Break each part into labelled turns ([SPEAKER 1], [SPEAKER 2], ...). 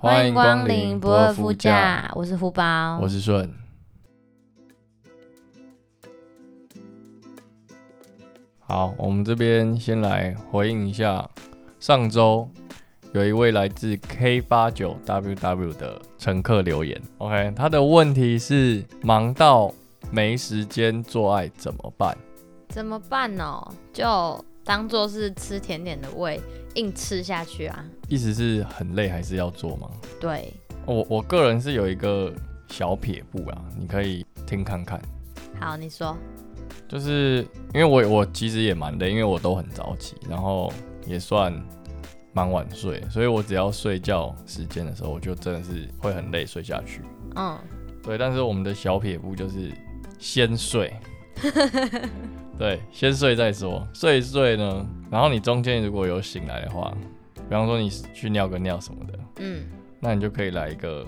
[SPEAKER 1] 欢迎光临不二夫家，我是胡宝，
[SPEAKER 2] 我是顺。好，我们这边先来回应一下，上周有一位来自 K 八九 WW 的乘客留言，OK，他的问题是忙到没时间做爱怎么办？
[SPEAKER 1] 怎么办哦？就当做是吃甜点的胃，硬吃下去啊。
[SPEAKER 2] 意思是很累还是要做吗？
[SPEAKER 1] 对，
[SPEAKER 2] 我我个人是有一个小撇步啊，你可以听看看，
[SPEAKER 1] 好，你说，
[SPEAKER 2] 就是因为我我其实也蛮累，因为我都很早起，然后也算蛮晚睡，所以我只要睡觉时间的时候，我就真的是会很累睡下去。
[SPEAKER 1] 嗯，
[SPEAKER 2] 对，但是我们的小撇步就是先睡，对，先睡再说，睡一睡呢，然后你中间如果有醒来的话，比方说你去尿个尿什么的，
[SPEAKER 1] 嗯，
[SPEAKER 2] 那你就可以来一个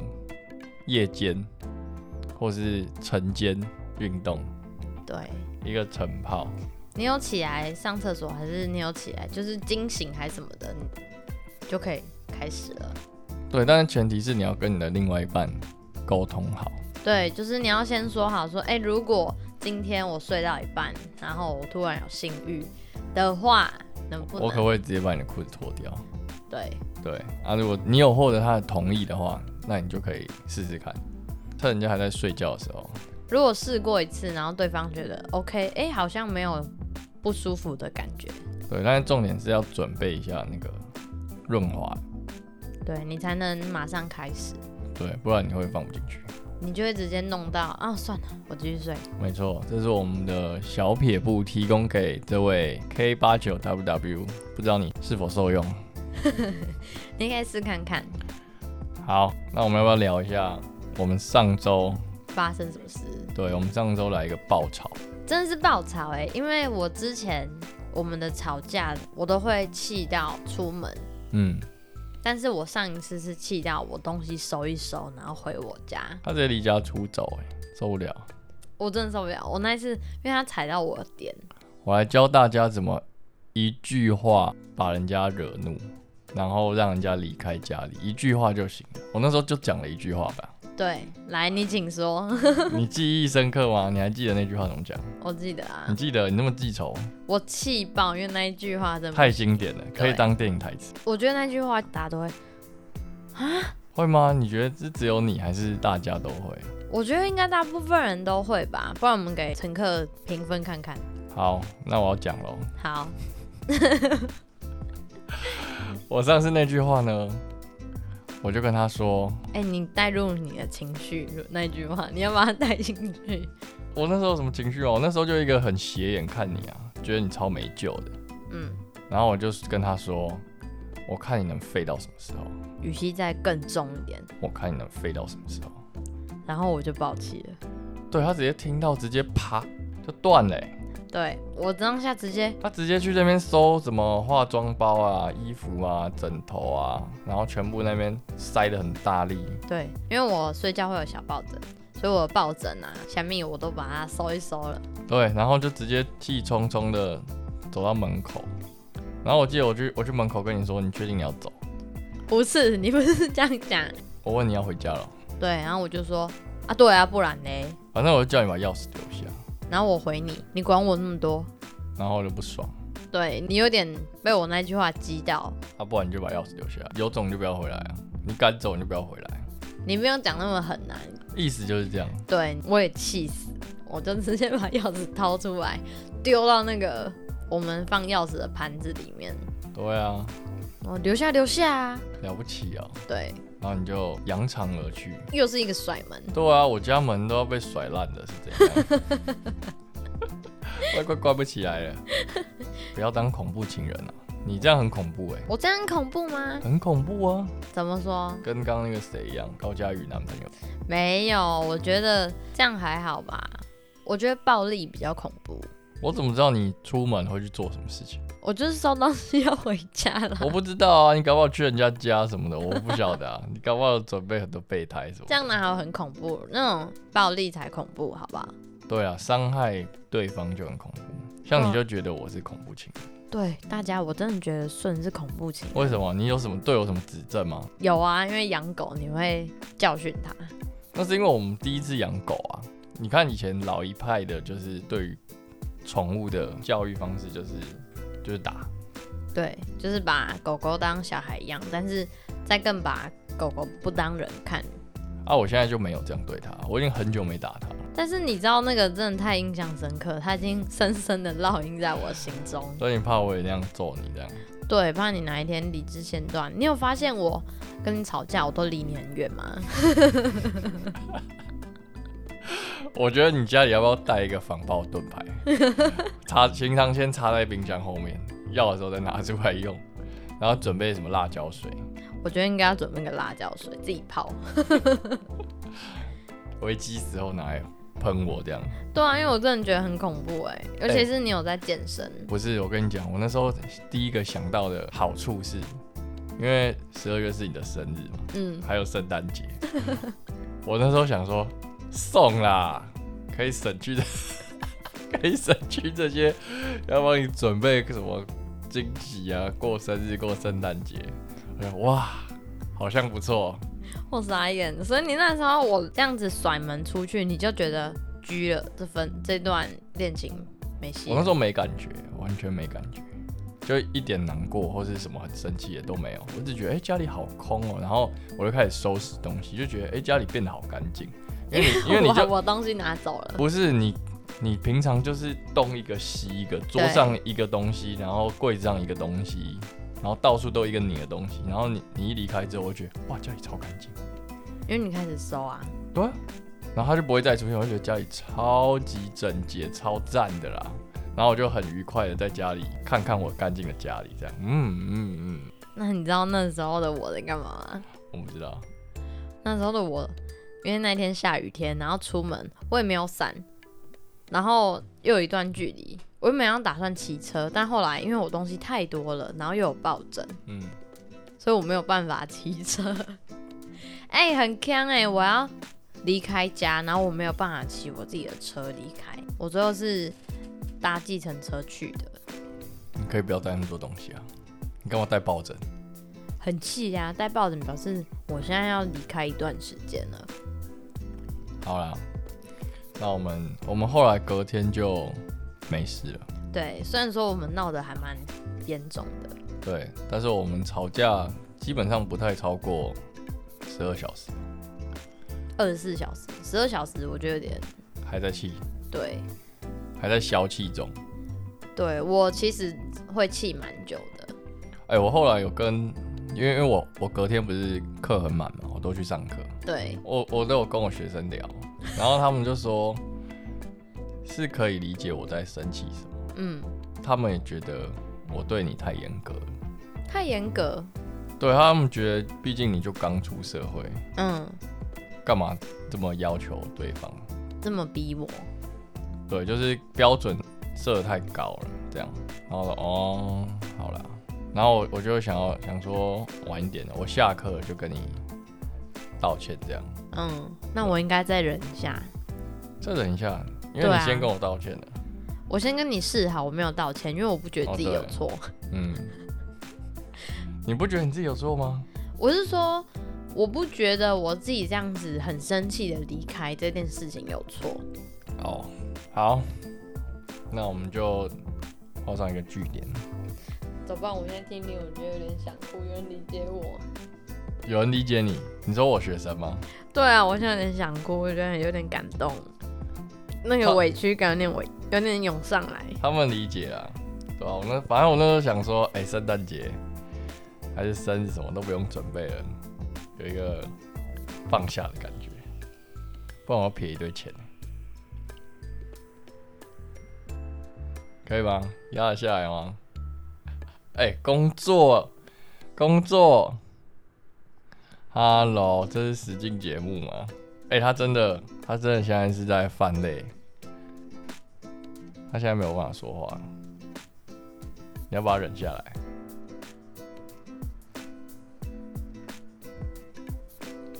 [SPEAKER 2] 夜间或是晨间运动，
[SPEAKER 1] 对。
[SPEAKER 2] 一个晨跑。
[SPEAKER 1] 你有起来上厕所，还是你有起来就是惊醒还是什么的，你就可以开始了。
[SPEAKER 2] 对，但是前提是你要跟你的另外一半沟通好。
[SPEAKER 1] 对，就是你要先说好说，哎、如果今天我睡到一半，然后我突然有性欲的话，能不能？
[SPEAKER 2] 我可不可以直接把你的裤子脱掉？
[SPEAKER 1] 对，
[SPEAKER 2] 对啊，如果你有获得他的同意的话，那你就可以试试看，趁人家还在睡觉的时候。
[SPEAKER 1] 如果试过一次，然后对方觉得 OK，哎、好像没有不舒服的感觉，
[SPEAKER 2] 对，但是重点是要准备一下那个润滑，
[SPEAKER 1] 对你才能马上开始，
[SPEAKER 2] 对，不然你会放不进去。
[SPEAKER 1] 你就会直接弄到啊，算了，我继续睡。
[SPEAKER 2] 没错，这是我们的小撇步，提供给这位 K 八九 WW，不知道你是否受用。
[SPEAKER 1] 你可以试看看
[SPEAKER 2] 好，那我们要不要聊一下我们上周？
[SPEAKER 1] 发生什么事，
[SPEAKER 2] 对，我们上周来一个爆炒，
[SPEAKER 1] 真的是爆吵哎、因为我之前我们的吵架，我都会气到出门。
[SPEAKER 2] 嗯，
[SPEAKER 1] 但是我上一次是气到我东西收一收，然后回我家，
[SPEAKER 2] 他直接离家出走、欸，受不了。
[SPEAKER 1] 我真的受不了。我那一次因为他踩到我的点，
[SPEAKER 2] 我来教大家怎么一句话把人家惹怒，然后让人家离开家里，一句话就行了。我那时候就讲了一句话吧，
[SPEAKER 1] 对，来你请说，
[SPEAKER 2] 你记忆深刻吗？你还记得那句话怎么讲？
[SPEAKER 1] 我记得啊
[SPEAKER 2] 你，记得？你那么记仇，
[SPEAKER 1] 我气爆，因为那一句话真的，
[SPEAKER 2] 太经典了，可以当电影台词。
[SPEAKER 1] 我觉得那句话大家都会，
[SPEAKER 2] 会吗？你觉得是只有你，还是大家都会？
[SPEAKER 1] 我觉得应该大部分人都会吧，不然我们给乘客评分看看。
[SPEAKER 2] 好，那我要讲喽。
[SPEAKER 1] 好，
[SPEAKER 2] 我上次那句话呢，我就跟他说，
[SPEAKER 1] 哎、你带入你的情绪那一句话，你要把它带进去。
[SPEAKER 2] 我那时候什么情绪哦？我那时候就一个很斜眼看你啊，觉得你超没救的。
[SPEAKER 1] 嗯，
[SPEAKER 2] 然后我就跟他说，我看你能废到什么时候？
[SPEAKER 1] 语气再更重一点，
[SPEAKER 2] 我看你能废到什么时候？
[SPEAKER 1] 然后我就爆气了。
[SPEAKER 2] 对他直接听到，直接啪就断了欸、
[SPEAKER 1] 对我当下直接
[SPEAKER 2] 他直接去那边搜什么化妆包啊、衣服啊、枕头啊，然后全部那边塞得很大力。
[SPEAKER 1] 对，因为我睡觉会有小抱枕，所以我的抱枕啊、下面我都把它收一收了。
[SPEAKER 2] 对，然后就直接气冲冲的走到门口。然后我记得我去我去门口跟你说，你确定你要走？
[SPEAKER 1] 不是，你不是这样讲。
[SPEAKER 2] 我问你要回家了，
[SPEAKER 1] 对，然后我就说啊，对啊，不然呢？
[SPEAKER 2] 反正我就叫你把钥匙留下。
[SPEAKER 1] 然后我回你，你管我那么多？
[SPEAKER 2] 然后我就不爽，
[SPEAKER 1] 对你有点被我那句话激到，
[SPEAKER 2] 啊，不然你就把钥匙留下，有种你就不要回来啊！你敢走你就不要回来，啊
[SPEAKER 1] 你不用讲那么狠难。啊
[SPEAKER 2] 意思就是这样。
[SPEAKER 1] 对我也气死，我就直接把钥匙掏出来，丢到那个我们放钥匙的盘子里面。
[SPEAKER 2] 对啊，
[SPEAKER 1] 我留下留下啊，
[SPEAKER 2] 了不起啊！
[SPEAKER 1] 对，
[SPEAKER 2] 然后你就扬长而去。
[SPEAKER 1] 又是一个甩门。
[SPEAKER 2] 对啊，我家门都要被甩烂了，是这样。 怪怪怪不起来了，不要当恐怖情人啊！你这样很恐怖哎、
[SPEAKER 1] 我这样很恐怖吗？
[SPEAKER 2] 很恐怖啊，
[SPEAKER 1] 怎么说？
[SPEAKER 2] 跟刚刚那个谁一样，高佳宇男朋友。
[SPEAKER 1] 没有，我觉得这样还好吧。我觉得暴力比较恐怖。
[SPEAKER 2] 我怎么知道你出门会去做什么事情？
[SPEAKER 1] 我就是收东西要回家了，
[SPEAKER 2] 我不知道啊，你搞不好去人家家什么的，我不晓得 啊。你搞不好准备很多备胎什么的
[SPEAKER 1] 这？样哪有很恐怖？那种暴力才恐怖，好不好？
[SPEAKER 2] 对啊，伤害对方就很恐怖。像你就觉得我是恐怖情人，
[SPEAKER 1] 对大家，我真的觉得顺是恐怖情人。
[SPEAKER 2] 为什么？你有什么对我有什么指正吗？
[SPEAKER 1] 有啊，因为养狗你会教训它。
[SPEAKER 2] 那是因为我们第一次养狗啊。你看以前老一派的，就是对于宠物的教育方式，就是就是打。
[SPEAKER 1] 对，就是把狗狗当小孩养，但是再更把狗狗不当人看。
[SPEAKER 2] 啊，我现在就没有这样对它，我已经很久没打它了。
[SPEAKER 1] 但是你知道那个真的太印象深刻，它已经深深的烙印在我心中。
[SPEAKER 2] 所以你怕我也那样揍你这样？
[SPEAKER 1] 对，怕你哪一天理智线断。你有发现我跟你吵架，我都离你很远吗？
[SPEAKER 2] 我觉得你家里要不要带一个防爆盾牌？ 插平常先插在冰箱后面，要的时候再拿出来用，然后准备什么辣椒水、
[SPEAKER 1] 我觉得应该要准备个辣椒水，自己泡。
[SPEAKER 2] 危机时候拿来喷我这样。
[SPEAKER 1] 对啊，因为我真的觉得很恐怖哎、尤其是你有在健身，
[SPEAKER 2] 不是，我跟你讲，我那时候第一个想到的好处是，因为十二月是你的生日嘛，
[SPEAKER 1] 嗯，
[SPEAKER 2] 还有圣诞节，我那时候想说送啦，可以省去这， 可以省去这些，要帮你准备个什么惊喜啊，过生日、过圣诞节，我想哇，好像不错，
[SPEAKER 1] 我傻眼。所以你那时候我这样子甩门出去，你就觉得狙了这份这段恋情没戏
[SPEAKER 2] 我 那。时候没感觉，完全没感觉，就一点难过或是什么很生气也都没有。我只觉得哎、诶家里好空哦、然后我就开始收拾东西，就觉得哎、诶家里变得好干净，因为 你因为你
[SPEAKER 1] 我把
[SPEAKER 2] 就
[SPEAKER 1] 我东西拿走了，
[SPEAKER 2] 不是你你平常就是东一个西一个，桌上一个东西，然后柜子上一个东西，然后到处都一个你的东西，然后你你一离开之后，我就觉得哇家里超干净，
[SPEAKER 1] 因为你开始收啊。
[SPEAKER 2] 对、啊，然后他就不会再出现，我就觉得家里超级整洁、超赞的啦。然后我就很愉快的在家里看看我干净的家里，这样，嗯嗯嗯，
[SPEAKER 1] 那你知道那时候的我在干嘛吗？
[SPEAKER 2] 我不知道，
[SPEAKER 1] 那时候的我，因为那天下雨天，然后出门我也没有伞，然后又有一段距离，我原本要打算骑车，但后来因为我东西太多了，然后又有抱枕，
[SPEAKER 2] 嗯，
[SPEAKER 1] 所以我没有办法骑车。 哎、很坑哎、我要离开家，然后我没有办法骑我自己的车离开，我最后是搭计程车去的，
[SPEAKER 2] 你可以不要带那么多东西啊，你干嘛带抱枕？
[SPEAKER 1] 很气啊呀、带抱枕表示我现在要离开一段时间了。
[SPEAKER 2] 好啦，那我们我们后来隔天就没事了，
[SPEAKER 1] 对，虽然说我们闹得还蛮严重的，
[SPEAKER 2] 对，但是我们吵架基本上不太超过十二小时，
[SPEAKER 1] 二十四小时、十二小时，我觉得有点
[SPEAKER 2] 还在气，
[SPEAKER 1] 对。
[SPEAKER 2] 还在消气中。
[SPEAKER 1] 对我其实会气蛮久的，
[SPEAKER 2] 哎、我后来有跟，因为因为我我隔天不是课很满嘛，我都去上课，
[SPEAKER 1] 对，
[SPEAKER 2] 我我都有跟我学生聊，然后他们就说是可以理解我在生气什么，
[SPEAKER 1] 嗯，
[SPEAKER 2] 他们也觉得我对你太严格了，
[SPEAKER 1] 太严格，
[SPEAKER 2] 对他们觉得毕竟你就刚出社会，
[SPEAKER 1] 嗯，
[SPEAKER 2] 干嘛这么要求对方？
[SPEAKER 1] 这么逼我，
[SPEAKER 2] 对，就是标准设得太高了，这样，然后我说哦，好啦，然后我我就想要想说晚一点了，我下课就跟你道歉这样。
[SPEAKER 1] 嗯，那我应该再忍一下。
[SPEAKER 2] 再等一下，因为
[SPEAKER 1] 对
[SPEAKER 2] 你
[SPEAKER 1] 啊
[SPEAKER 2] 先跟我道歉了。
[SPEAKER 1] 我先跟你示好，我没有道歉，因为我不觉得自己有错。
[SPEAKER 2] 嗯，你不觉得你自己有错吗？
[SPEAKER 1] 我是说，我不觉得我自己这样子很生气的离开这件事情有错。
[SPEAKER 2] 哦，好，那我们就画上一个句点。
[SPEAKER 1] 走吧，我现在听你，我觉得有点想哭，有点理解我。
[SPEAKER 2] 有人理解你？你说我学生吗？
[SPEAKER 1] 对啊，我现在有点想哭，我觉得有点感动，那个
[SPEAKER 2] 好
[SPEAKER 1] 委屈感有点委，有点涌上来。
[SPEAKER 2] 他们理解啊，对吧、我那反正我那时候想说，哎、圣诞节还是生日什么都不用准备了，有一个放下的感觉，不然我要撇一堆钱，可以吗？压得下来吗？ 哎、工作，工作，Hello，这是实境节目吗？哎、他真的，他真的现在是在犯累。他现在没有办法说话，你要把他忍下来。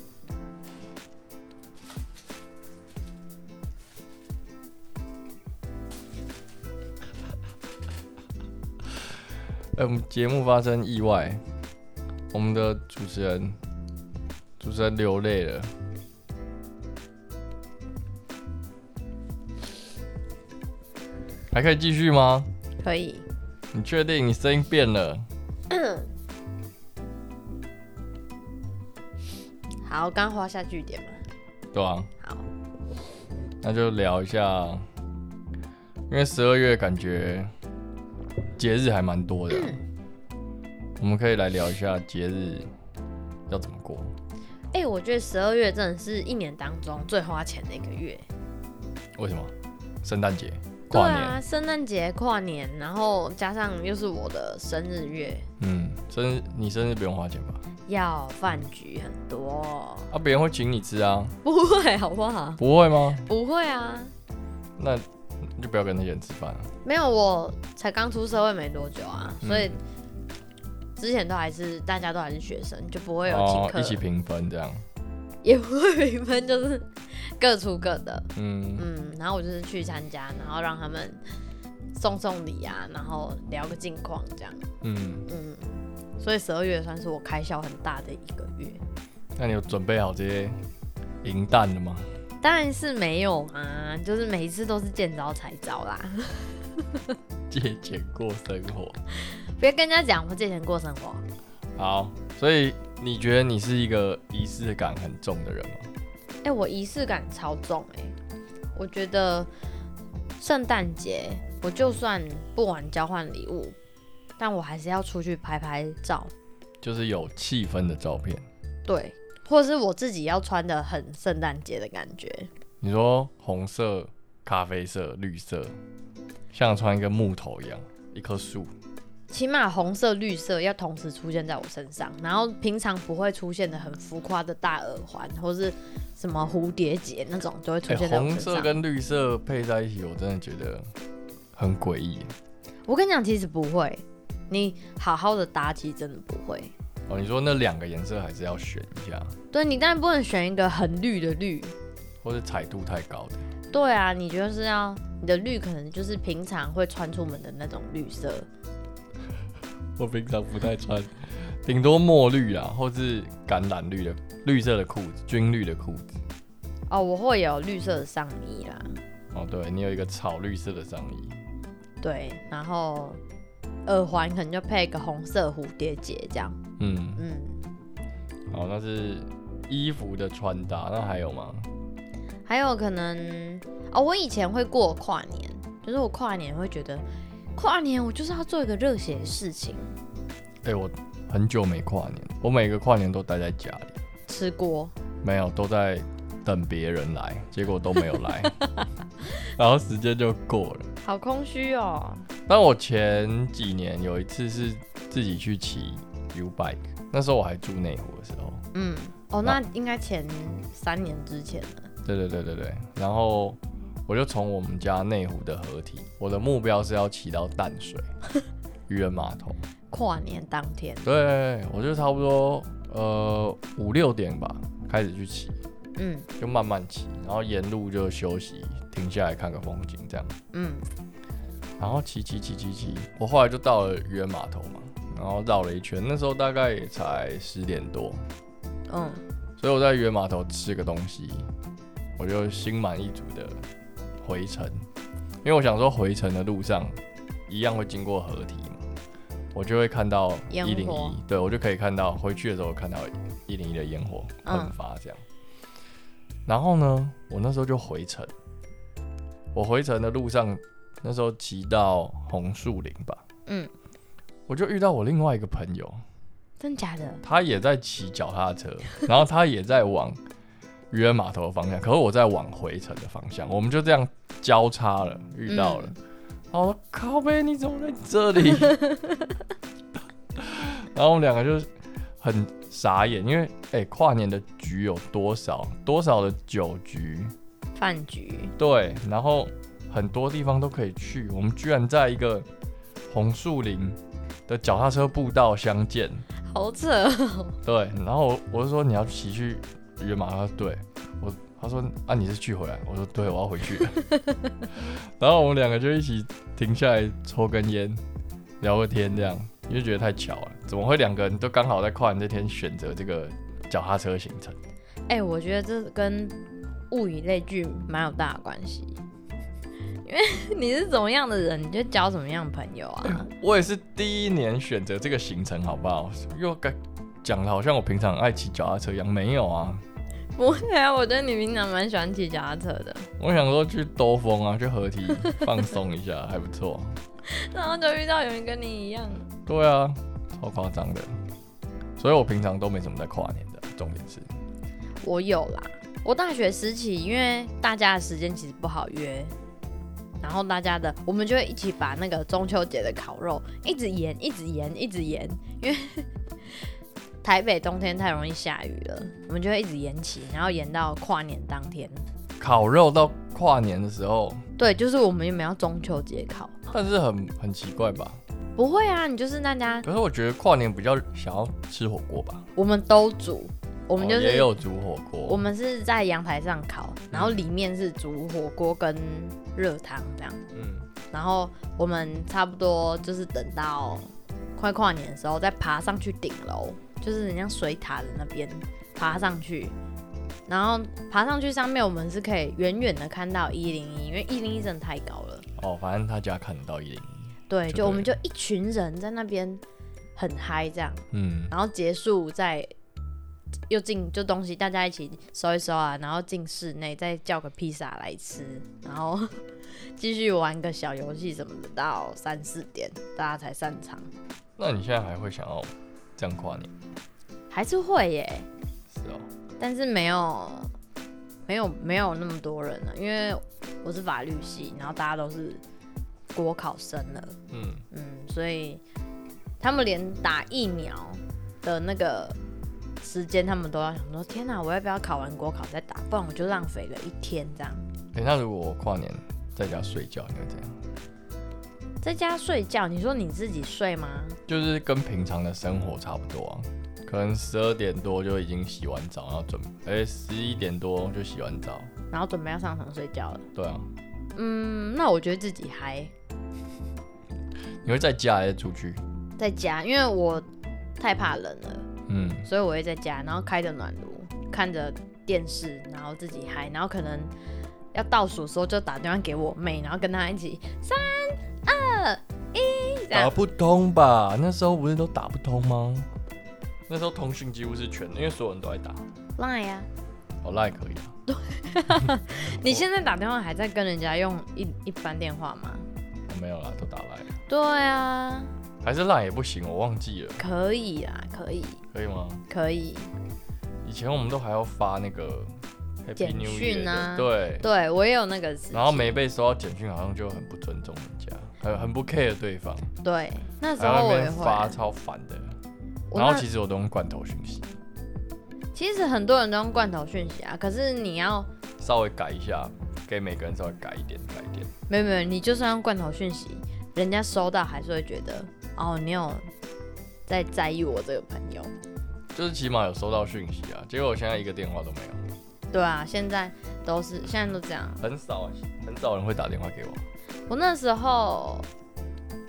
[SPEAKER 2] 哎、我们节目发生意外，我们的主持人主持人流泪了。还可以继续吗？
[SPEAKER 1] 可以，
[SPEAKER 2] 你确定你声音变了？
[SPEAKER 1] 好，刚滑下去一点嘛。
[SPEAKER 2] 对啊，
[SPEAKER 1] 好，
[SPEAKER 2] 那就聊一下，因为十二月感觉节日还蛮多的啊，
[SPEAKER 1] 嗯
[SPEAKER 2] 我们可以来聊一下节日要怎么过。
[SPEAKER 1] 哎、我觉得十二月真的是一年当中最花钱的一个月。
[SPEAKER 2] 为什么？圣诞节、跨
[SPEAKER 1] 对
[SPEAKER 2] 年，
[SPEAKER 1] 啊，圣诞节、跨年，然后加上又是我的生日月，
[SPEAKER 2] 嗯，生日你生日不用花钱吧？
[SPEAKER 1] 要饭局很多。
[SPEAKER 2] 啊，别人会请你吃啊，
[SPEAKER 1] 不会，好不好？
[SPEAKER 2] 不会吗？
[SPEAKER 1] 不会啊，
[SPEAKER 2] 那你就不要跟那些人吃饭、啊。
[SPEAKER 1] 没有，我才刚出社会没多久啊，所以之前都还是大家都还是学生，就不会有请客，
[SPEAKER 2] 哦一起平分这样。
[SPEAKER 1] 也不会评分，就是各出各的。
[SPEAKER 2] 嗯，
[SPEAKER 1] 嗯，然后我就是去参加，然后让他们送送礼啊，然后聊个近况这样。
[SPEAKER 2] 嗯，
[SPEAKER 1] 嗯，所以十二月算是我开销很大的一个月，
[SPEAKER 2] 那你有准备好这些银蛋了吗？
[SPEAKER 1] 当然是没有啊，就是每一次都是见招拆招啦。
[SPEAKER 2] 借钱过生活。
[SPEAKER 1] 别跟人家讲我借钱过生活，
[SPEAKER 2] 好，所以你觉得你是一个仪式感很重的人吗？
[SPEAKER 1] 哎、我仪式感超重哎、我觉得圣诞节我就算不玩交换礼物，但我还是要出去拍拍照，
[SPEAKER 2] 就是有气氛的照片。
[SPEAKER 1] 对，或者是我自己要穿的很圣诞节的感觉，
[SPEAKER 2] 你说红色、咖啡色、绿色，像穿一个木头一样，一棵树。
[SPEAKER 1] 起码红色、绿色要同时出现在我身上，然后平常不会出现的很浮夸的大耳环或是什么蝴蝶结那种，就会出
[SPEAKER 2] 哎、
[SPEAKER 1] 现在我
[SPEAKER 2] 红
[SPEAKER 1] 身
[SPEAKER 2] 色
[SPEAKER 1] 上。
[SPEAKER 2] 跟绿色配在一起，我真的觉得很诡异。
[SPEAKER 1] 我跟你讲，其实不会，你好好的搭起真的不会。
[SPEAKER 2] 哦，你说那两个颜色还是要选一下，
[SPEAKER 1] 对你当然不能选一个很绿的绿，
[SPEAKER 2] 或是彩度太高的。
[SPEAKER 1] 对啊，你就是要你的绿可能就是平常会穿出门的那种绿色，
[SPEAKER 2] 我平常不太穿，顶多墨绿啊，或是橄榄绿的绿色的裤子，军绿的裤子。
[SPEAKER 1] 哦，我会有绿色的上衣啦，
[SPEAKER 2] 哦，对你有一个草绿色的上衣，
[SPEAKER 1] 对，然后耳环可能就配一个红色蝴蝶结这样，
[SPEAKER 2] 嗯，
[SPEAKER 1] 嗯。
[SPEAKER 2] 好，哦那是衣服的穿搭，那还有吗？
[SPEAKER 1] 还有可能哦，我以前会过跨年，就是我跨年会觉得，跨年我就是要做一个热血的事情，
[SPEAKER 2] 哎、我很久没跨年，我每个跨年都待在家里，
[SPEAKER 1] 吃锅。
[SPEAKER 2] 没有都在等别人来，结果都没有 来，然后时间就过了。
[SPEAKER 1] 好空虚哦，
[SPEAKER 2] 但我前几年有一次是自己去骑 U bike，那时候我还住内湖的时候，
[SPEAKER 1] 嗯，哦，那应该前三年之前了，
[SPEAKER 2] 对对对对对，然后我就从我们家内湖的合体，我的目标是要骑到淡 水渔人码头。
[SPEAKER 1] 跨年当天，
[SPEAKER 2] 对，我就差不多呃五六点吧开始去骑，
[SPEAKER 1] 嗯
[SPEAKER 2] 就慢慢骑，然后沿路就休息，停下来看个风景这样。
[SPEAKER 1] 嗯，
[SPEAKER 2] 然后骑骑骑骑骑，我后来就到了渔人码头嘛，然后绕了一圈，那时候大概也才十点多，
[SPEAKER 1] 嗯，
[SPEAKER 2] 所以我在渔人码头吃个东西，我就心满意足的回程，因为我想说回程的路上一样会经过合体嘛，我就会看到
[SPEAKER 1] 烟
[SPEAKER 2] 一零
[SPEAKER 1] 火
[SPEAKER 2] 一，对我就可以看到回去的时候看到一零一的烟火
[SPEAKER 1] 嗯
[SPEAKER 2] 喷发这样。然后呢，我那时候就回程，我回程的路上那时候骑到红树林吧，
[SPEAKER 1] 嗯，
[SPEAKER 2] 我就遇到我另外一个朋友，
[SPEAKER 1] 真假的？
[SPEAKER 2] 他也在骑脚踏车， 然后他也在往渔人码头的方向，可是我在往回程的方向，我们就这样交叉了，遇到了。然后我说：“靠背，你怎么在这里？” 然后我们两个就很傻眼，因为哎、跨年的局有多少多少的酒局，
[SPEAKER 1] 饭局，
[SPEAKER 2] 对，然后很多地方都可以去，我们居然在一个红树林的脚踏车步道相见。
[SPEAKER 1] 好扯 哦，
[SPEAKER 2] 对，然后我我就说你要骑去约马，他说对我，他说啊你是去回来，我说对，我要回去 了。然后我们两个就一起停下来抽根烟，聊个天这样，你就觉得太巧了，怎么会两个人都刚好在跨年这天选择这个脚踏车行程？
[SPEAKER 1] 哎、我觉得这跟物以类聚蛮有大的关系， 因为你是怎么样的人，你就交什么样的朋友啊。
[SPEAKER 2] 我也是第一年选择这个行程，好不好？又该讲的好像我平常很爱骑脚踏车一样，没有啊。
[SPEAKER 1] 不会啊，我觉得你平常蛮喜欢骑脚踏车的，
[SPEAKER 2] 我想说去兜风啊，去合体放松一下，还不错。
[SPEAKER 1] 然后就遇到有人跟你一样。
[SPEAKER 2] 对啊，超夸张的。所以我平常都没怎么在跨年的，重点是，
[SPEAKER 1] 我有啦，我大学时期因为大家的时间其实不好约，然后大家的我们就会一起把那个中秋节的烤肉一直延、一直延、一直延，因为 台北冬天太容易下雨了，我们就会一直延期，然后延到跨年当天。
[SPEAKER 2] 烤肉到跨年的时候，
[SPEAKER 1] 对，就是我们原本要中秋节烤，
[SPEAKER 2] 但是很很奇怪吧？
[SPEAKER 1] 不会啊，你就是大家
[SPEAKER 2] 可是我觉得跨年比较想要吃火锅吧，
[SPEAKER 1] 我们都煮，我
[SPEAKER 2] 我
[SPEAKER 1] 们就是、
[SPEAKER 2] 哦也有煮火锅，
[SPEAKER 1] 我们是在阳台上烤，然后里面是煮火锅跟热汤这样。
[SPEAKER 2] 嗯，
[SPEAKER 1] 然后我们差不多就是等到快跨年的时候，再爬上去顶楼，就是人家水塔的那边爬上去。然后爬上去上面，我们是可以远远的看到一零一，因为一零一真的太高了。
[SPEAKER 2] 哦，反正他家看得到一零一，
[SPEAKER 1] 对，
[SPEAKER 2] 就
[SPEAKER 1] 就我们就
[SPEAKER 2] 对
[SPEAKER 1] 一群人在那边很嗨这样，
[SPEAKER 2] 嗯，
[SPEAKER 1] 然后结束再又进就东西大家一起收一收啊，然后进室内再叫个披萨来吃，然后 继续玩个小游戏什么的，到三四点大家才散场，
[SPEAKER 2] 那你现在还会想要这样跨年？
[SPEAKER 1] 还是会耶，
[SPEAKER 2] 是哦，
[SPEAKER 1] 但是没有没有没有那么多人了，因为我是法律系，然后大家都是国考生了。
[SPEAKER 2] 嗯，
[SPEAKER 1] 嗯，所以他们连打疫苗的那个时间，他们都要想说：天哪、我要不要考完国考再打？不然我就浪费了一天这样。
[SPEAKER 2] 等一下如果我跨年在家睡觉，你会怎样？
[SPEAKER 1] 在家睡觉，你说你自己睡吗？
[SPEAKER 2] 就是跟平常的生活差不多啊，可能十二点多就已经洗完澡，然后准哎十一点多就洗完澡，
[SPEAKER 1] 然后准备要上床睡觉了。
[SPEAKER 2] 对啊，
[SPEAKER 1] 嗯，那我觉得自己还
[SPEAKER 2] 你会在家还是出去？
[SPEAKER 1] 在家，因为我太怕冷了，
[SPEAKER 2] 嗯，
[SPEAKER 1] 所以我会在家，然后开着暖炉，看着电视，然后自己嗨，然后可能要倒数的时候就打电话给我妹，然后跟她一起三二一这样
[SPEAKER 2] 打。不通吧？那时候不是都打不通吗？那时候通讯几乎是全，因为所有人都在打，
[SPEAKER 1] Line 啊呀、
[SPEAKER 2] 哦，那也可以啊，
[SPEAKER 1] 你现在打电话还在跟人家用一一般电话吗？
[SPEAKER 2] 哦、没有啦，都打来了，
[SPEAKER 1] 对啊，
[SPEAKER 2] 还是那也不行，我忘记了，
[SPEAKER 1] 可以啦，可以，
[SPEAKER 2] 可以吗？
[SPEAKER 1] 可以。
[SPEAKER 2] 以前我们都还要发那个 Happy
[SPEAKER 1] 简
[SPEAKER 2] New
[SPEAKER 1] 讯
[SPEAKER 2] Year
[SPEAKER 1] 啊
[SPEAKER 2] 的，对，
[SPEAKER 1] 对我也有那个时
[SPEAKER 2] 然后没被收到简讯，好像就很不尊重人家，很很不 care 对方，
[SPEAKER 1] 对，那时
[SPEAKER 2] 还要
[SPEAKER 1] 候
[SPEAKER 2] 那
[SPEAKER 1] 我也
[SPEAKER 2] 边
[SPEAKER 1] 会
[SPEAKER 2] 发
[SPEAKER 1] 啊。
[SPEAKER 2] 超烦的。
[SPEAKER 1] 我
[SPEAKER 2] 然后
[SPEAKER 1] 那
[SPEAKER 2] 其实我都用罐头讯息，
[SPEAKER 1] 其实很多人都用罐头讯息啊，可是你要
[SPEAKER 2] 稍微改一下，给每个人稍微改一点，改一点。
[SPEAKER 1] 没有没有，你就算用罐头讯息，人家收到还是会觉得哦，你有在在意我这个朋友。
[SPEAKER 2] 就是起码有收到讯息啊，结果我现在一个电话都没有，
[SPEAKER 1] 对啊，现在都是现在都这样。
[SPEAKER 2] 很少很少人会打电话给我。
[SPEAKER 1] 我那时候，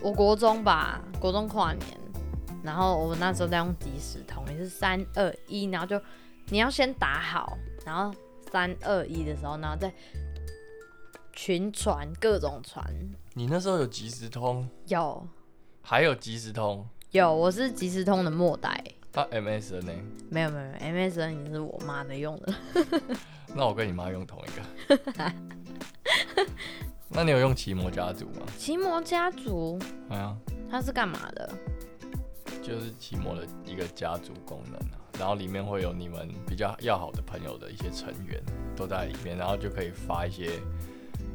[SPEAKER 1] 我国中吧，国中跨年，然后我那时候在用即时通，也是三二一，然后就你要先打好，然后三二一的时候，然后再群传各种传，
[SPEAKER 2] 你那时候有即时通，
[SPEAKER 1] 有
[SPEAKER 2] 还有即时通，
[SPEAKER 1] 有，我是即时通的末代，
[SPEAKER 2] 他 MSN 呢、
[SPEAKER 1] 没有没有没有，MSN 也是我妈的用的，
[SPEAKER 2] 那我跟你妈用同一个。 那你有用奇摩家族吗？
[SPEAKER 1] 奇摩家族
[SPEAKER 2] 哎呀，
[SPEAKER 1] 它是干嘛的？
[SPEAKER 2] 就是奇摩的一个家族功能啊，然后里面会有你们比较要好的朋友的一些成员都在里面，然后就可以发一些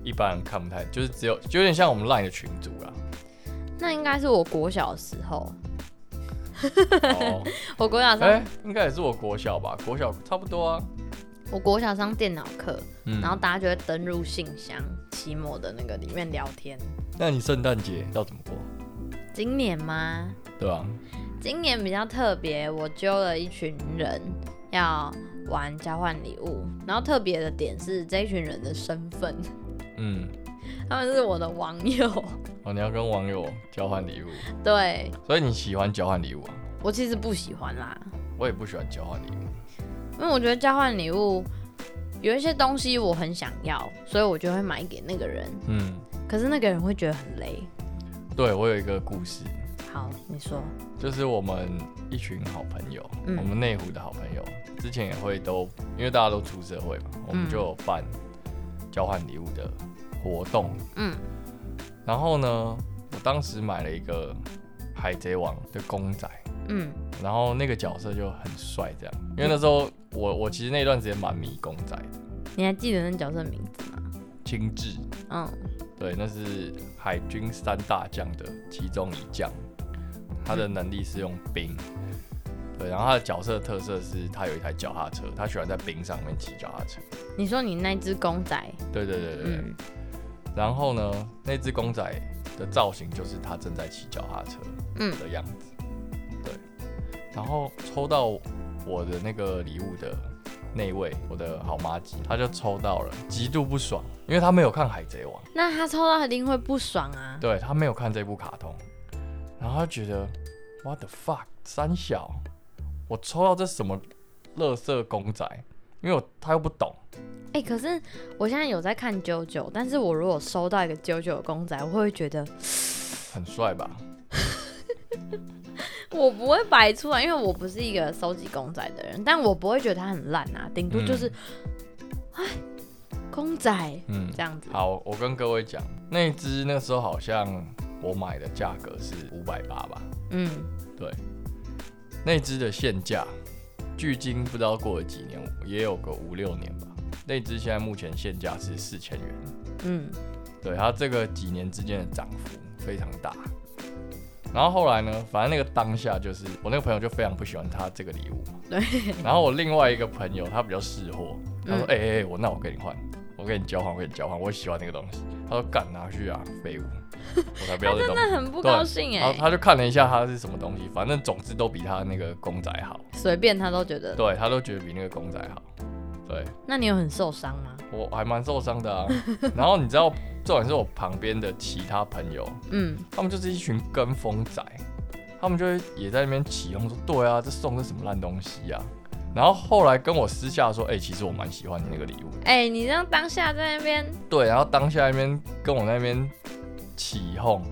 [SPEAKER 2] 一般人看不太，就是只有就有点像我们 LINE 的群组 啦。
[SPEAKER 1] 那应该是我国小的时候，
[SPEAKER 2] 哦，
[SPEAKER 1] 我国小上、
[SPEAKER 2] 哎、应该也是我国小吧，国小差不多啊。
[SPEAKER 1] 我国小上电脑课，
[SPEAKER 2] 嗯
[SPEAKER 1] 然后大家就会登入信箱，期末的那个里面聊天。
[SPEAKER 2] 那你圣诞节要怎么过？
[SPEAKER 1] 今年吗？
[SPEAKER 2] 对吧、啊？
[SPEAKER 1] 今年比较特别，我揪了一群人要玩交换礼物，然后特别的点是这一群人的身份，
[SPEAKER 2] 嗯，
[SPEAKER 1] 他们是我的网友。
[SPEAKER 2] 哦，你要跟网友交换礼物，
[SPEAKER 1] 对
[SPEAKER 2] 所以你喜欢交换礼物啊？
[SPEAKER 1] 我其实不喜欢啦，
[SPEAKER 2] 我也不喜欢交换礼物。
[SPEAKER 1] 因为我觉得交换礼物有一些东西我很想要，所以我就会买给那个人，
[SPEAKER 2] 嗯，
[SPEAKER 1] 可是那个人会觉得很累。
[SPEAKER 2] 对我有一个故事，
[SPEAKER 1] 好，你说，
[SPEAKER 2] 就是我们一群好朋友，
[SPEAKER 1] 嗯
[SPEAKER 2] 我们内湖的好朋友，之前也会都因为大家都出社会
[SPEAKER 1] 嗯
[SPEAKER 2] 嘛，我们就有办交换礼物的活动。
[SPEAKER 1] 嗯，
[SPEAKER 2] 然后呢，我当时买了一个海贼王的公仔，
[SPEAKER 1] 嗯
[SPEAKER 2] 然后那个角色就很帅，这样。因为那时候我我其实那段时间蛮迷公仔的，
[SPEAKER 1] 你还记得那角色名字吗？
[SPEAKER 2] 精致，
[SPEAKER 1] 嗯，
[SPEAKER 2] 对，那是海军三大将的其中一将，他的能力是用冰。对，然后他的角色特色是他有一台脚踏车，他喜欢在冰上面骑脚踏车。
[SPEAKER 1] 你说你那只公仔，
[SPEAKER 2] 对对对对对。
[SPEAKER 1] 嗯
[SPEAKER 2] 然后呢，那只公仔的造型就是他正在骑脚踏车
[SPEAKER 1] 嗯
[SPEAKER 2] 的样子。对。然后抽到我的那个礼物的那位，我的好妈吉，他就抽到了，极度不爽，因为他没有看《海贼王》。
[SPEAKER 1] 那他抽到一定会不爽啊。
[SPEAKER 2] 对他没有看这部卡通，然后他觉得 What the fuck 三小，我抽到这什么乐色公仔，因为我他又不懂，
[SPEAKER 1] 哎、可是我现在有在看九九，但是我如果收到一个九九的公仔，我会觉得
[SPEAKER 2] 很帅吧？
[SPEAKER 1] 我不会摆出来，因为我不是一个收集公仔的人，但我不会觉得它很烂啊，顶多就是，哎、公仔
[SPEAKER 2] 嗯
[SPEAKER 1] 这，样子。
[SPEAKER 2] 好，我跟各位讲，那只那时候好像我买的价格是五百八吧，
[SPEAKER 1] 嗯，
[SPEAKER 2] 对，那只的现价，距今不知道过了几年，也有个五六年吧，那只现在目前现价是四千元，
[SPEAKER 1] 嗯
[SPEAKER 2] 对它这个几年之间的涨幅非常大。然后后来呢，反正那个当下就是我那个朋友就非常不喜欢他这个礼物嘛。
[SPEAKER 1] 对。
[SPEAKER 2] 然后我另外一个朋友他比较识货，他说
[SPEAKER 1] 嗯：“
[SPEAKER 2] 哎哎、欸我那我跟你换，我跟你交换，我跟你交换，我喜欢那个东西。”他说：“干拿去啊，废物，我才不欸要这东西。
[SPEAKER 1] 那很不高兴
[SPEAKER 2] 然后
[SPEAKER 1] 哎、
[SPEAKER 2] 他就看了一下他是什么东西，反正总之都比他那个公仔好，
[SPEAKER 1] 随便他都觉得。
[SPEAKER 2] 对他都觉得比那个公仔好。对
[SPEAKER 1] 那你有很受伤吗？
[SPEAKER 2] 我还蛮受伤的啊。然后你知道，重点是我旁边的其他朋友，
[SPEAKER 1] 嗯，
[SPEAKER 2] 他们就是一群跟风仔，他们就会也在那边起哄说：“对啊，这送的什么烂东西呀、然后后来跟我私下说：“哎、其实我蛮喜欢你那个礼物。
[SPEAKER 1] 哎、你这样当下在那边，”
[SPEAKER 2] 对，然后当下那边跟我那边起哄，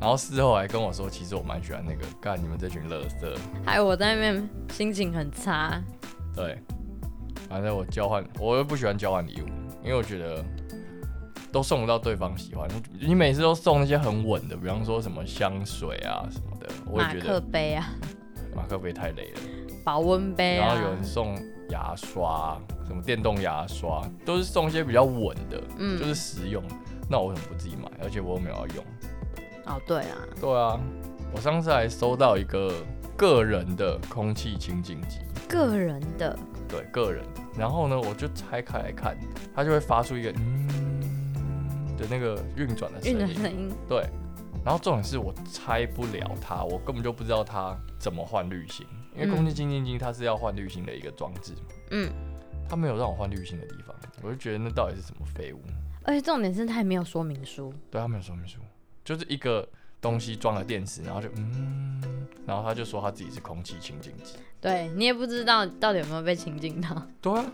[SPEAKER 2] 然后事后还跟我说：“其实我蛮喜欢那个，干你们这群乐色。
[SPEAKER 1] 还有我在那边心情很差。”
[SPEAKER 2] 对，反正我交换，我又不喜欢交换礼物，因为我觉得都送不到对方喜欢。你你每次都送那些很稳的，比方说什么香水啊什么的，我也
[SPEAKER 1] 马
[SPEAKER 2] 觉
[SPEAKER 1] 克
[SPEAKER 2] 得
[SPEAKER 1] 杯啊，
[SPEAKER 2] 马克杯太累了。
[SPEAKER 1] 保温杯
[SPEAKER 2] 嗯然
[SPEAKER 1] 啊
[SPEAKER 2] 后，有人送牙刷，什么电动牙刷，都是送一些比较稳的，
[SPEAKER 1] 嗯
[SPEAKER 2] 就是实用。那我为什么不自己买？而且我又没有要用。
[SPEAKER 1] 哦对啦，
[SPEAKER 2] 对啊，我上次还收到一个个人的空气清净机，
[SPEAKER 1] 个人的，
[SPEAKER 2] 对，个人的。然后呢，我就拆开来看，它就会发出一个嗯的那个运转的嗯声
[SPEAKER 1] 运的
[SPEAKER 2] 音
[SPEAKER 1] 声。音，
[SPEAKER 2] 对，然后重点是我拆不了它，我根本就不知道它怎么换滤芯，因为空气清净机它是要换滤芯的一个装置嘛。
[SPEAKER 1] 嗯，
[SPEAKER 2] 他没有让我换滤芯的地方，我就觉得那到底是什么废物？
[SPEAKER 1] 而且重点是他也没有说明书，
[SPEAKER 2] 对他没有说明书，就是一个东西装了电池，然后就嗯，然后他就说他自己是空气清净机。
[SPEAKER 1] 对你也不知道到底有没有被情境到，
[SPEAKER 2] 对啊，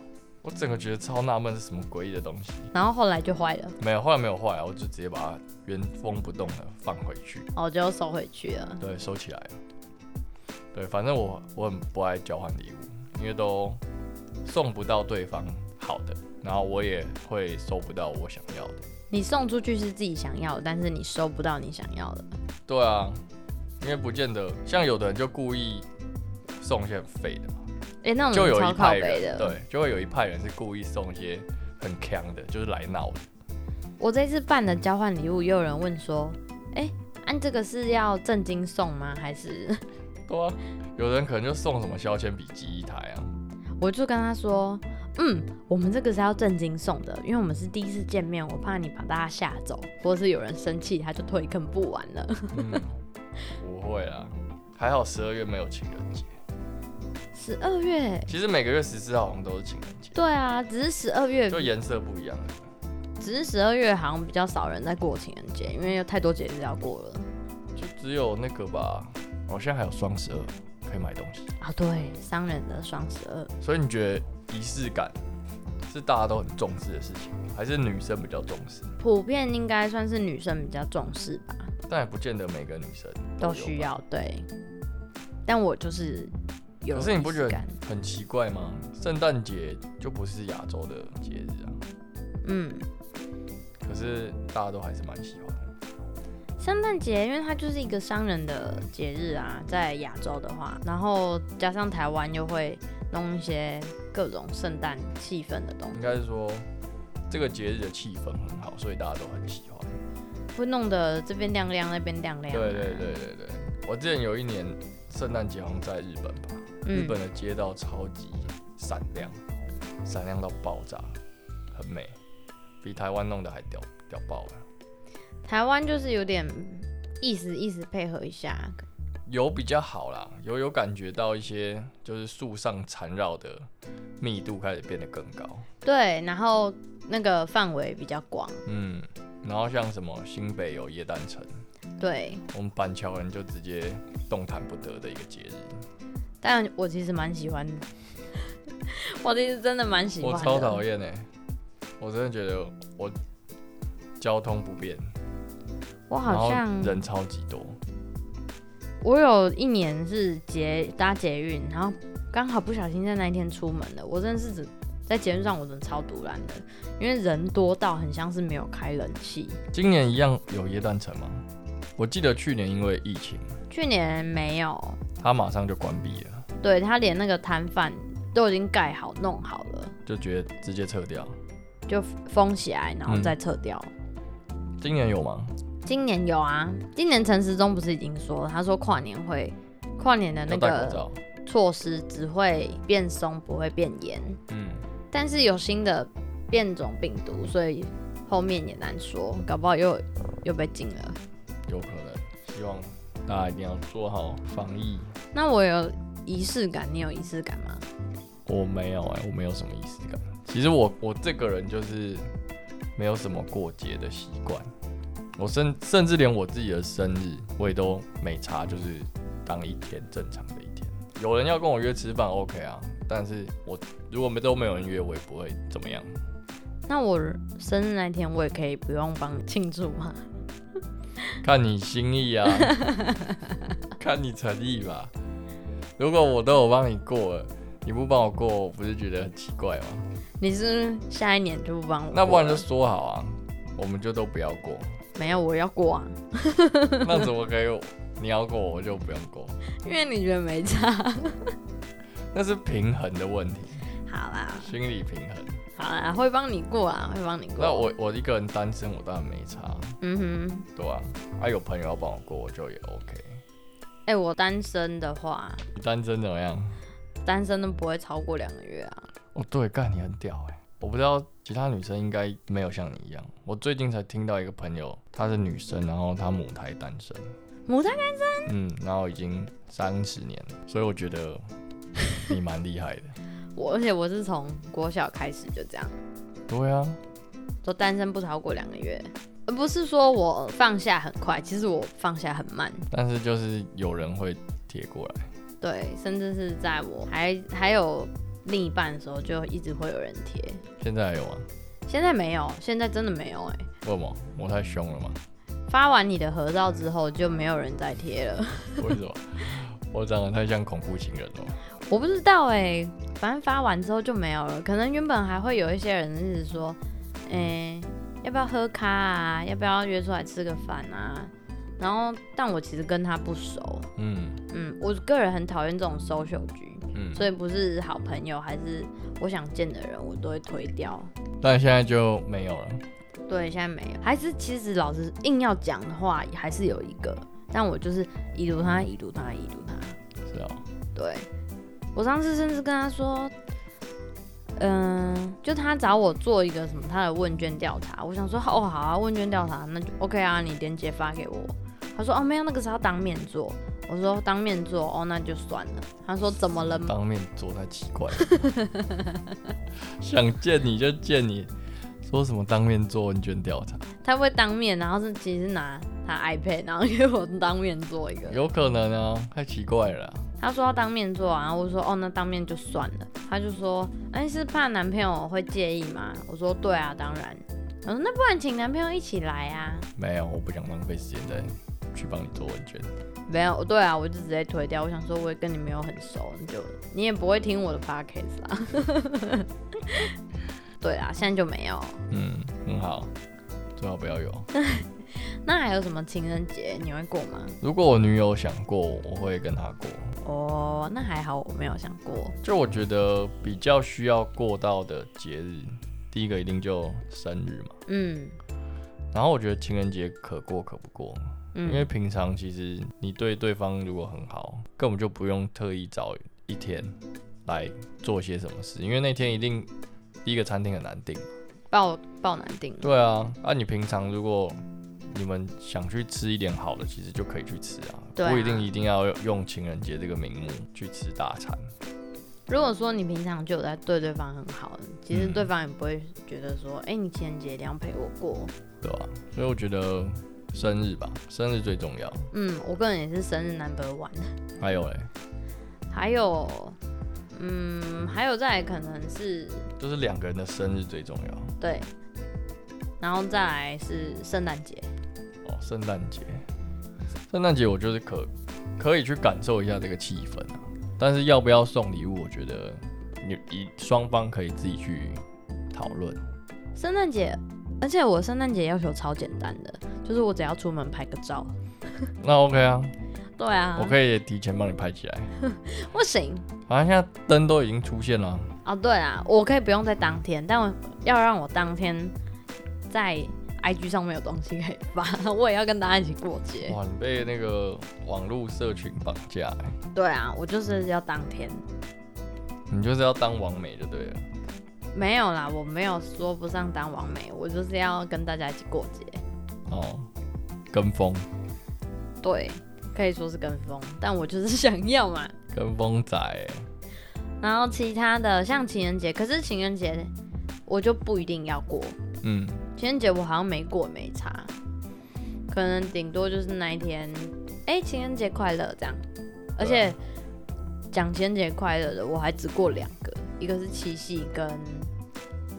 [SPEAKER 2] 我整个觉得超纳闷，是什么诡异的东西？
[SPEAKER 1] 然后后来就坏了，
[SPEAKER 2] 没有，后来没有坏啊，我就直接把它原封不动的放回去，
[SPEAKER 1] 哦就收回去了。
[SPEAKER 2] 对，收起来了。对，反正我我很不爱交换礼物，因为都送不到对方好的，然后我也会收不到我想要的。
[SPEAKER 1] 你送出去是自己想要的，但是你收不到你想要的。
[SPEAKER 2] 对啊，因为不见得，像有的人就故意送一些很废的嘛，
[SPEAKER 1] 哎、那
[SPEAKER 2] 就
[SPEAKER 1] 我们
[SPEAKER 2] 有
[SPEAKER 1] 超
[SPEAKER 2] 一
[SPEAKER 1] 靠
[SPEAKER 2] 派
[SPEAKER 1] 北
[SPEAKER 2] 人
[SPEAKER 1] 的。，
[SPEAKER 2] 对，就会有一派人是故意送一些很强的，就是来闹的。
[SPEAKER 1] 我这次办的交换礼物，也有人问说，哎、按、这个是要正经送吗？还是
[SPEAKER 2] 对啊，有人可能就送什么削铅笔、记忆台啊，
[SPEAKER 1] 我就跟他说，嗯，我们这个是要正经送的，因为我们是第一次见面，我怕你把大家吓走，或是有人生气他就退坑不玩了。
[SPEAKER 2] 嗯，不会啦，还好十二月没有情人节。
[SPEAKER 1] 十二月，
[SPEAKER 2] 其实每个月十四号好像都是情人节，
[SPEAKER 1] 对啊，只是十二月
[SPEAKER 2] 就颜色不一样而已。
[SPEAKER 1] 只是十二月好像比较少人在过情人节，因为有太多节日要过了
[SPEAKER 2] 就只有那个吧。我、现在还有双十二可以买东西，
[SPEAKER 1] 啊。对，商人的双十二，
[SPEAKER 2] 所以你觉得仪式感是大家都很重视的事情，还是女生比较重视？
[SPEAKER 1] 普遍应该算是女生比较重视吧，
[SPEAKER 2] 但也不见得每个女生哦有
[SPEAKER 1] 都
[SPEAKER 2] 吧
[SPEAKER 1] 需要对。但我就是有
[SPEAKER 2] 可是你不
[SPEAKER 1] 仪式
[SPEAKER 2] 觉得
[SPEAKER 1] 感
[SPEAKER 2] 很奇怪吗？圣诞节就不是亚洲的节日啊，
[SPEAKER 1] 嗯，
[SPEAKER 2] 可是大家都还是蛮喜欢的。
[SPEAKER 1] 圣诞节，因为它就是一个商人的节日啊，在亚洲的话，然后加上台湾又会弄一些各种圣诞气氛的东西，
[SPEAKER 2] 应该是说这个节日的气氛很好，所以大家都很喜欢。
[SPEAKER 1] 会弄得这边亮亮，那边亮啊亮、
[SPEAKER 2] 对对，对对对，我之前有一年圣诞节好像在日本吧，日本
[SPEAKER 1] 嗯，
[SPEAKER 2] 的街道超级闪亮，闪亮到爆炸，很美，比台湾弄得还屌屌爆了。
[SPEAKER 1] 台湾就是有点意思意思配合一下，
[SPEAKER 2] 有比较好啦，有有感觉到一些就是树上缠绕的密度开始变得更高。
[SPEAKER 1] 对，然后那个范围比较广，
[SPEAKER 2] 嗯，然后像什么新北有夜诞城，
[SPEAKER 1] 对，
[SPEAKER 2] 我们板桥人就直接动弹不得的一个节日，
[SPEAKER 1] 但我其实蛮喜欢的， 我其实真的蛮喜欢
[SPEAKER 2] 我
[SPEAKER 1] 的，
[SPEAKER 2] 超讨厌哎，我真的觉得我交通不便，
[SPEAKER 1] 我
[SPEAKER 2] 然
[SPEAKER 1] 好
[SPEAKER 2] 后
[SPEAKER 1] 像
[SPEAKER 2] 人超级多，
[SPEAKER 1] 我有一年是捷搭捷运，然后刚好不小心在那一天出门了。我真的是只在捷运上，我真的超堵然的，因为人多到很像是没有开冷气。
[SPEAKER 2] 今年一样有夜诞城吗？我记得去年因为疫情，
[SPEAKER 1] 去年没有，
[SPEAKER 2] 它马上就关闭了，
[SPEAKER 1] 对他连那个摊贩都已经盖好弄好了，
[SPEAKER 2] 就觉得直接撤掉。
[SPEAKER 1] 就封起来，然后再撤掉。
[SPEAKER 2] 嗯今年有吗？
[SPEAKER 1] 今年有啊，今年陈时中不是已经说了，他说跨年会跨年的那
[SPEAKER 2] 要戴口
[SPEAKER 1] 个
[SPEAKER 2] 罩。
[SPEAKER 1] 措施只会变松，不会变严。
[SPEAKER 2] 嗯，
[SPEAKER 1] 但是有新的变种病毒，所以后面也难说，
[SPEAKER 2] 嗯
[SPEAKER 1] 搞不好又又被禁了。
[SPEAKER 2] 有可能，希望大家一定要做好防疫。
[SPEAKER 1] 那我有仪式感，你有仪式感吗？
[SPEAKER 2] 我没有哎、我没有什么仪式感。其实我我这个人就是没有什么过节的习惯，我甚甚至连我自己的生日我也都没差，就是当一天正常的一天。有人要跟我约吃饭，OK 啊，但是我如果没都没有人约，我也不会怎么样。
[SPEAKER 1] 那我生日那天，我也可以不用帮你庆祝吗？
[SPEAKER 2] 看你心意啊，看你诚意吧。如果我都有帮你过了，你不帮我过，我不是觉得很奇怪吗？
[SPEAKER 1] 你是不是下一年就不帮我过了？
[SPEAKER 2] 那不然就说好啊，我们就都不要过。
[SPEAKER 1] 没有，我要过啊，
[SPEAKER 2] 那怎么可以？你要过我就不用过，
[SPEAKER 1] 因为你觉得没差。
[SPEAKER 2] 那是平衡的问题，
[SPEAKER 1] 好啦，
[SPEAKER 2] 心理平衡。
[SPEAKER 1] 好啦，会帮你过啊，会帮你过。
[SPEAKER 2] 那我我一个人单身，我当然没差，
[SPEAKER 1] 嗯哼，
[SPEAKER 2] 对啊，啊有朋友要帮我过，我就也 OK。
[SPEAKER 1] 哎、我单身的话，
[SPEAKER 2] 你单身怎么样？
[SPEAKER 1] 单身都不会超过两个月啊。
[SPEAKER 2] 哦，对，干你很屌哎、我不知道其他女生应该没有像你一样。我最近才听到一个朋友，她是女生，然后她母胎单身，
[SPEAKER 1] 母胎
[SPEAKER 2] 嗯，然后已经三十年了，所以我觉得你蛮厉害的。
[SPEAKER 1] 我，而且我是从国小开始就这样。
[SPEAKER 2] 对啊，
[SPEAKER 1] 都单身不超过两个月，而不是说我放下很快，其实我放下很慢，
[SPEAKER 2] 但是就是有人会贴过来，
[SPEAKER 1] 对，甚至是在我还还有另一半的时候，就一直会有人贴。
[SPEAKER 2] 现在还有吗？
[SPEAKER 1] 现在没有，现在真的没有哎、
[SPEAKER 2] 为什么？我太凶了吗？
[SPEAKER 1] 发完你的合照之后，就没有人再贴了。
[SPEAKER 2] 为什么？我长得太像恐怖情人了吗？
[SPEAKER 1] 我不知道哎、反正发完之后就没有了。可能原本还会有一些人一直说，哎、要不要喝咖啊？要不要约出来吃个饭啊？然后，但我其实跟他不熟，
[SPEAKER 2] 嗯
[SPEAKER 1] 嗯，我个人很讨厌这种 social 局，
[SPEAKER 2] 嗯，
[SPEAKER 1] 所以不是好朋友还是我想见的人，我都会推掉。
[SPEAKER 2] 但现在就没有了。
[SPEAKER 1] 对，现在没有，还是其实老师硬要讲的话，还是有一个，但我就是已读他，已读他，已读他。
[SPEAKER 2] 是啊，
[SPEAKER 1] 对，我上次甚至跟他说，嗯、就他找我做一个什么他的问卷调查，我想说哦好啊，问卷调查那就 OK 啊，你连接发给我。他说哦没有，那个是要当面做。我说当面做哦，那就算了。他说怎么了 吗？
[SPEAKER 2] 当面做太奇怪了。想见你就见你，说什么当面做问卷调查，
[SPEAKER 1] 他会当面，然后是其实是拿他 iPad，然后给我当面做一个。
[SPEAKER 2] 有可能啊，太奇怪了啦。
[SPEAKER 1] 他说要当面做啊，然后我就说哦，那当面就算了。他就说，哎、是怕男朋友会介意吗？我说对啊，当然。我说那不然请男朋友一起来啊？
[SPEAKER 2] 没有，我不想浪费时间在去帮你做问卷。
[SPEAKER 1] 没有，对啊，我就直接推掉。我想说，我也跟你没有很熟，你就你也不会听我的 podcast 啦。 对啊，现在就没有。
[SPEAKER 2] 嗯，很好，最好不要有。
[SPEAKER 1] 那还有什么情人节你会过吗？
[SPEAKER 2] 如果我女友想过，我会跟她过。
[SPEAKER 1] 哦、那还好，我没有想过。
[SPEAKER 2] 就我觉得比较需要过到的节日，第一个一定就生日嘛。
[SPEAKER 1] 嗯
[SPEAKER 2] 然后我觉得情人节可过可不过，因为
[SPEAKER 1] 嗯，
[SPEAKER 2] 平常其实你对对方如果很好，根本就不用特意找一天来做些什么事，因为那天一定第一个餐厅很难订。
[SPEAKER 1] 爆爆难定。
[SPEAKER 2] 对啊，啊你平常如果你们想去吃一点好的，其实就可以去吃啊，
[SPEAKER 1] 对啊
[SPEAKER 2] 不一定一定要用情人节这个名目去吃大餐。
[SPEAKER 1] 如果说你平常就有在对对方很好，其实
[SPEAKER 2] 嗯
[SPEAKER 1] 对方也不会觉得说，哎、你情人节一定要陪我过。
[SPEAKER 2] 对啊，所以我觉得生日吧，生日最重要。
[SPEAKER 1] 嗯，我个人也是生日 number one。
[SPEAKER 2] 还有嘞，
[SPEAKER 1] 还有，嗯，还有再来可能是
[SPEAKER 2] 就是两个人的生日最重要
[SPEAKER 1] 对，然后再来是圣诞节。
[SPEAKER 2] 哦。圣诞节，圣诞节我就是可可以去感受一下这个气氛啊，但是要不要送礼物，我觉得你一双方可以自己去讨论。
[SPEAKER 1] 圣诞节，而且我圣诞节要求超简单的，就是我只要出门拍个照。
[SPEAKER 2] 那 OK 啊，
[SPEAKER 1] 对啊，
[SPEAKER 2] 我可以提前帮你拍起来。
[SPEAKER 1] 不行
[SPEAKER 2] 好像现在灯都已经出现了，
[SPEAKER 1] 啊、哦，对啊，我可以不用在当天，但我要让我当天在 IG 上面有东西可以发， 我也要跟大家一起过节。
[SPEAKER 2] 哇，你被那个网络社群绑架欸、
[SPEAKER 1] 对啊，我就是要当天。
[SPEAKER 2] 你就是要当王美就对了。
[SPEAKER 1] 没有啦，我没有说不上当完美，我就是要跟大家一起过节。
[SPEAKER 2] 哦，跟风，
[SPEAKER 1] 对，可以说是跟风，但我就是 想要嘛。
[SPEAKER 2] 跟风仔欸、
[SPEAKER 1] 然后其他的像情人节，可是情人节我就不一定要过，
[SPEAKER 2] 嗯，
[SPEAKER 1] 情人节我好像没过没差，可能顶多就是那一天，哎、情人节快乐这样。而且讲情人节快乐的，我还只过两个，一个是七夕跟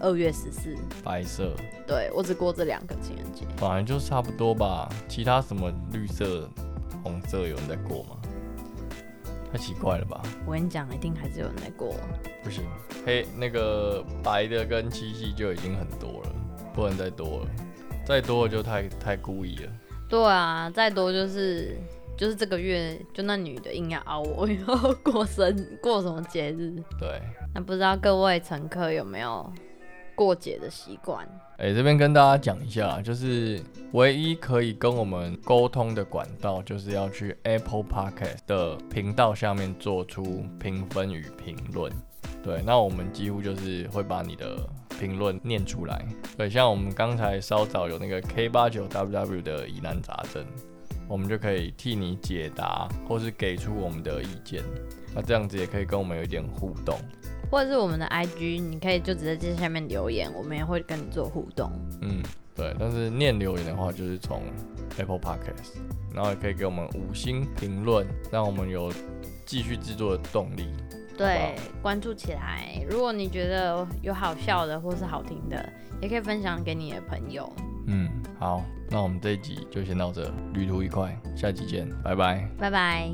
[SPEAKER 1] 二月十四，
[SPEAKER 2] 白色，
[SPEAKER 1] 对我只过这两个情人节。
[SPEAKER 2] 本来就差不多吧。其他什么绿色、红色有人在过吗？太奇怪了吧？
[SPEAKER 1] 我跟你讲，一定还是有人来过。
[SPEAKER 2] 不行，黑那个白的跟七夕就已经很多了，不能再多了，再多了就太太故意了。
[SPEAKER 1] 对啊，再多就是就是这个月，就那女的硬要熬我， 然后过生过什么节日？
[SPEAKER 2] 对，
[SPEAKER 1] 那不知道各位乘客有没有过节的习惯？
[SPEAKER 2] 哎、这边跟大家讲一下，啊就是唯一可以跟我们沟通的管道，就是要去 Apple Podcast 的频道下面做出评分与评论。对，那我们几乎就是会把你的评论念出来。对，像我们刚才稍早有那个 K 八九 WW 的疑难杂症，我们就可以替你解答，或是给出我们的意见。那这样子也可以跟我们有一点互动。
[SPEAKER 1] 或者是我们的 IG，你可以就直接在下面留言，我们也会跟你做互动。
[SPEAKER 2] 嗯，对，但是念留言的话，就是从 Apple Podcast，然后也可以给我们五星评论，让我们有继续制作的动力。
[SPEAKER 1] 对，关注起来。如果你觉得有好笑的或是好听的，也可以分享给你的朋友。
[SPEAKER 2] 嗯，好，那我们这一集就先到这，旅途愉快，下集见，拜拜。
[SPEAKER 1] 拜拜。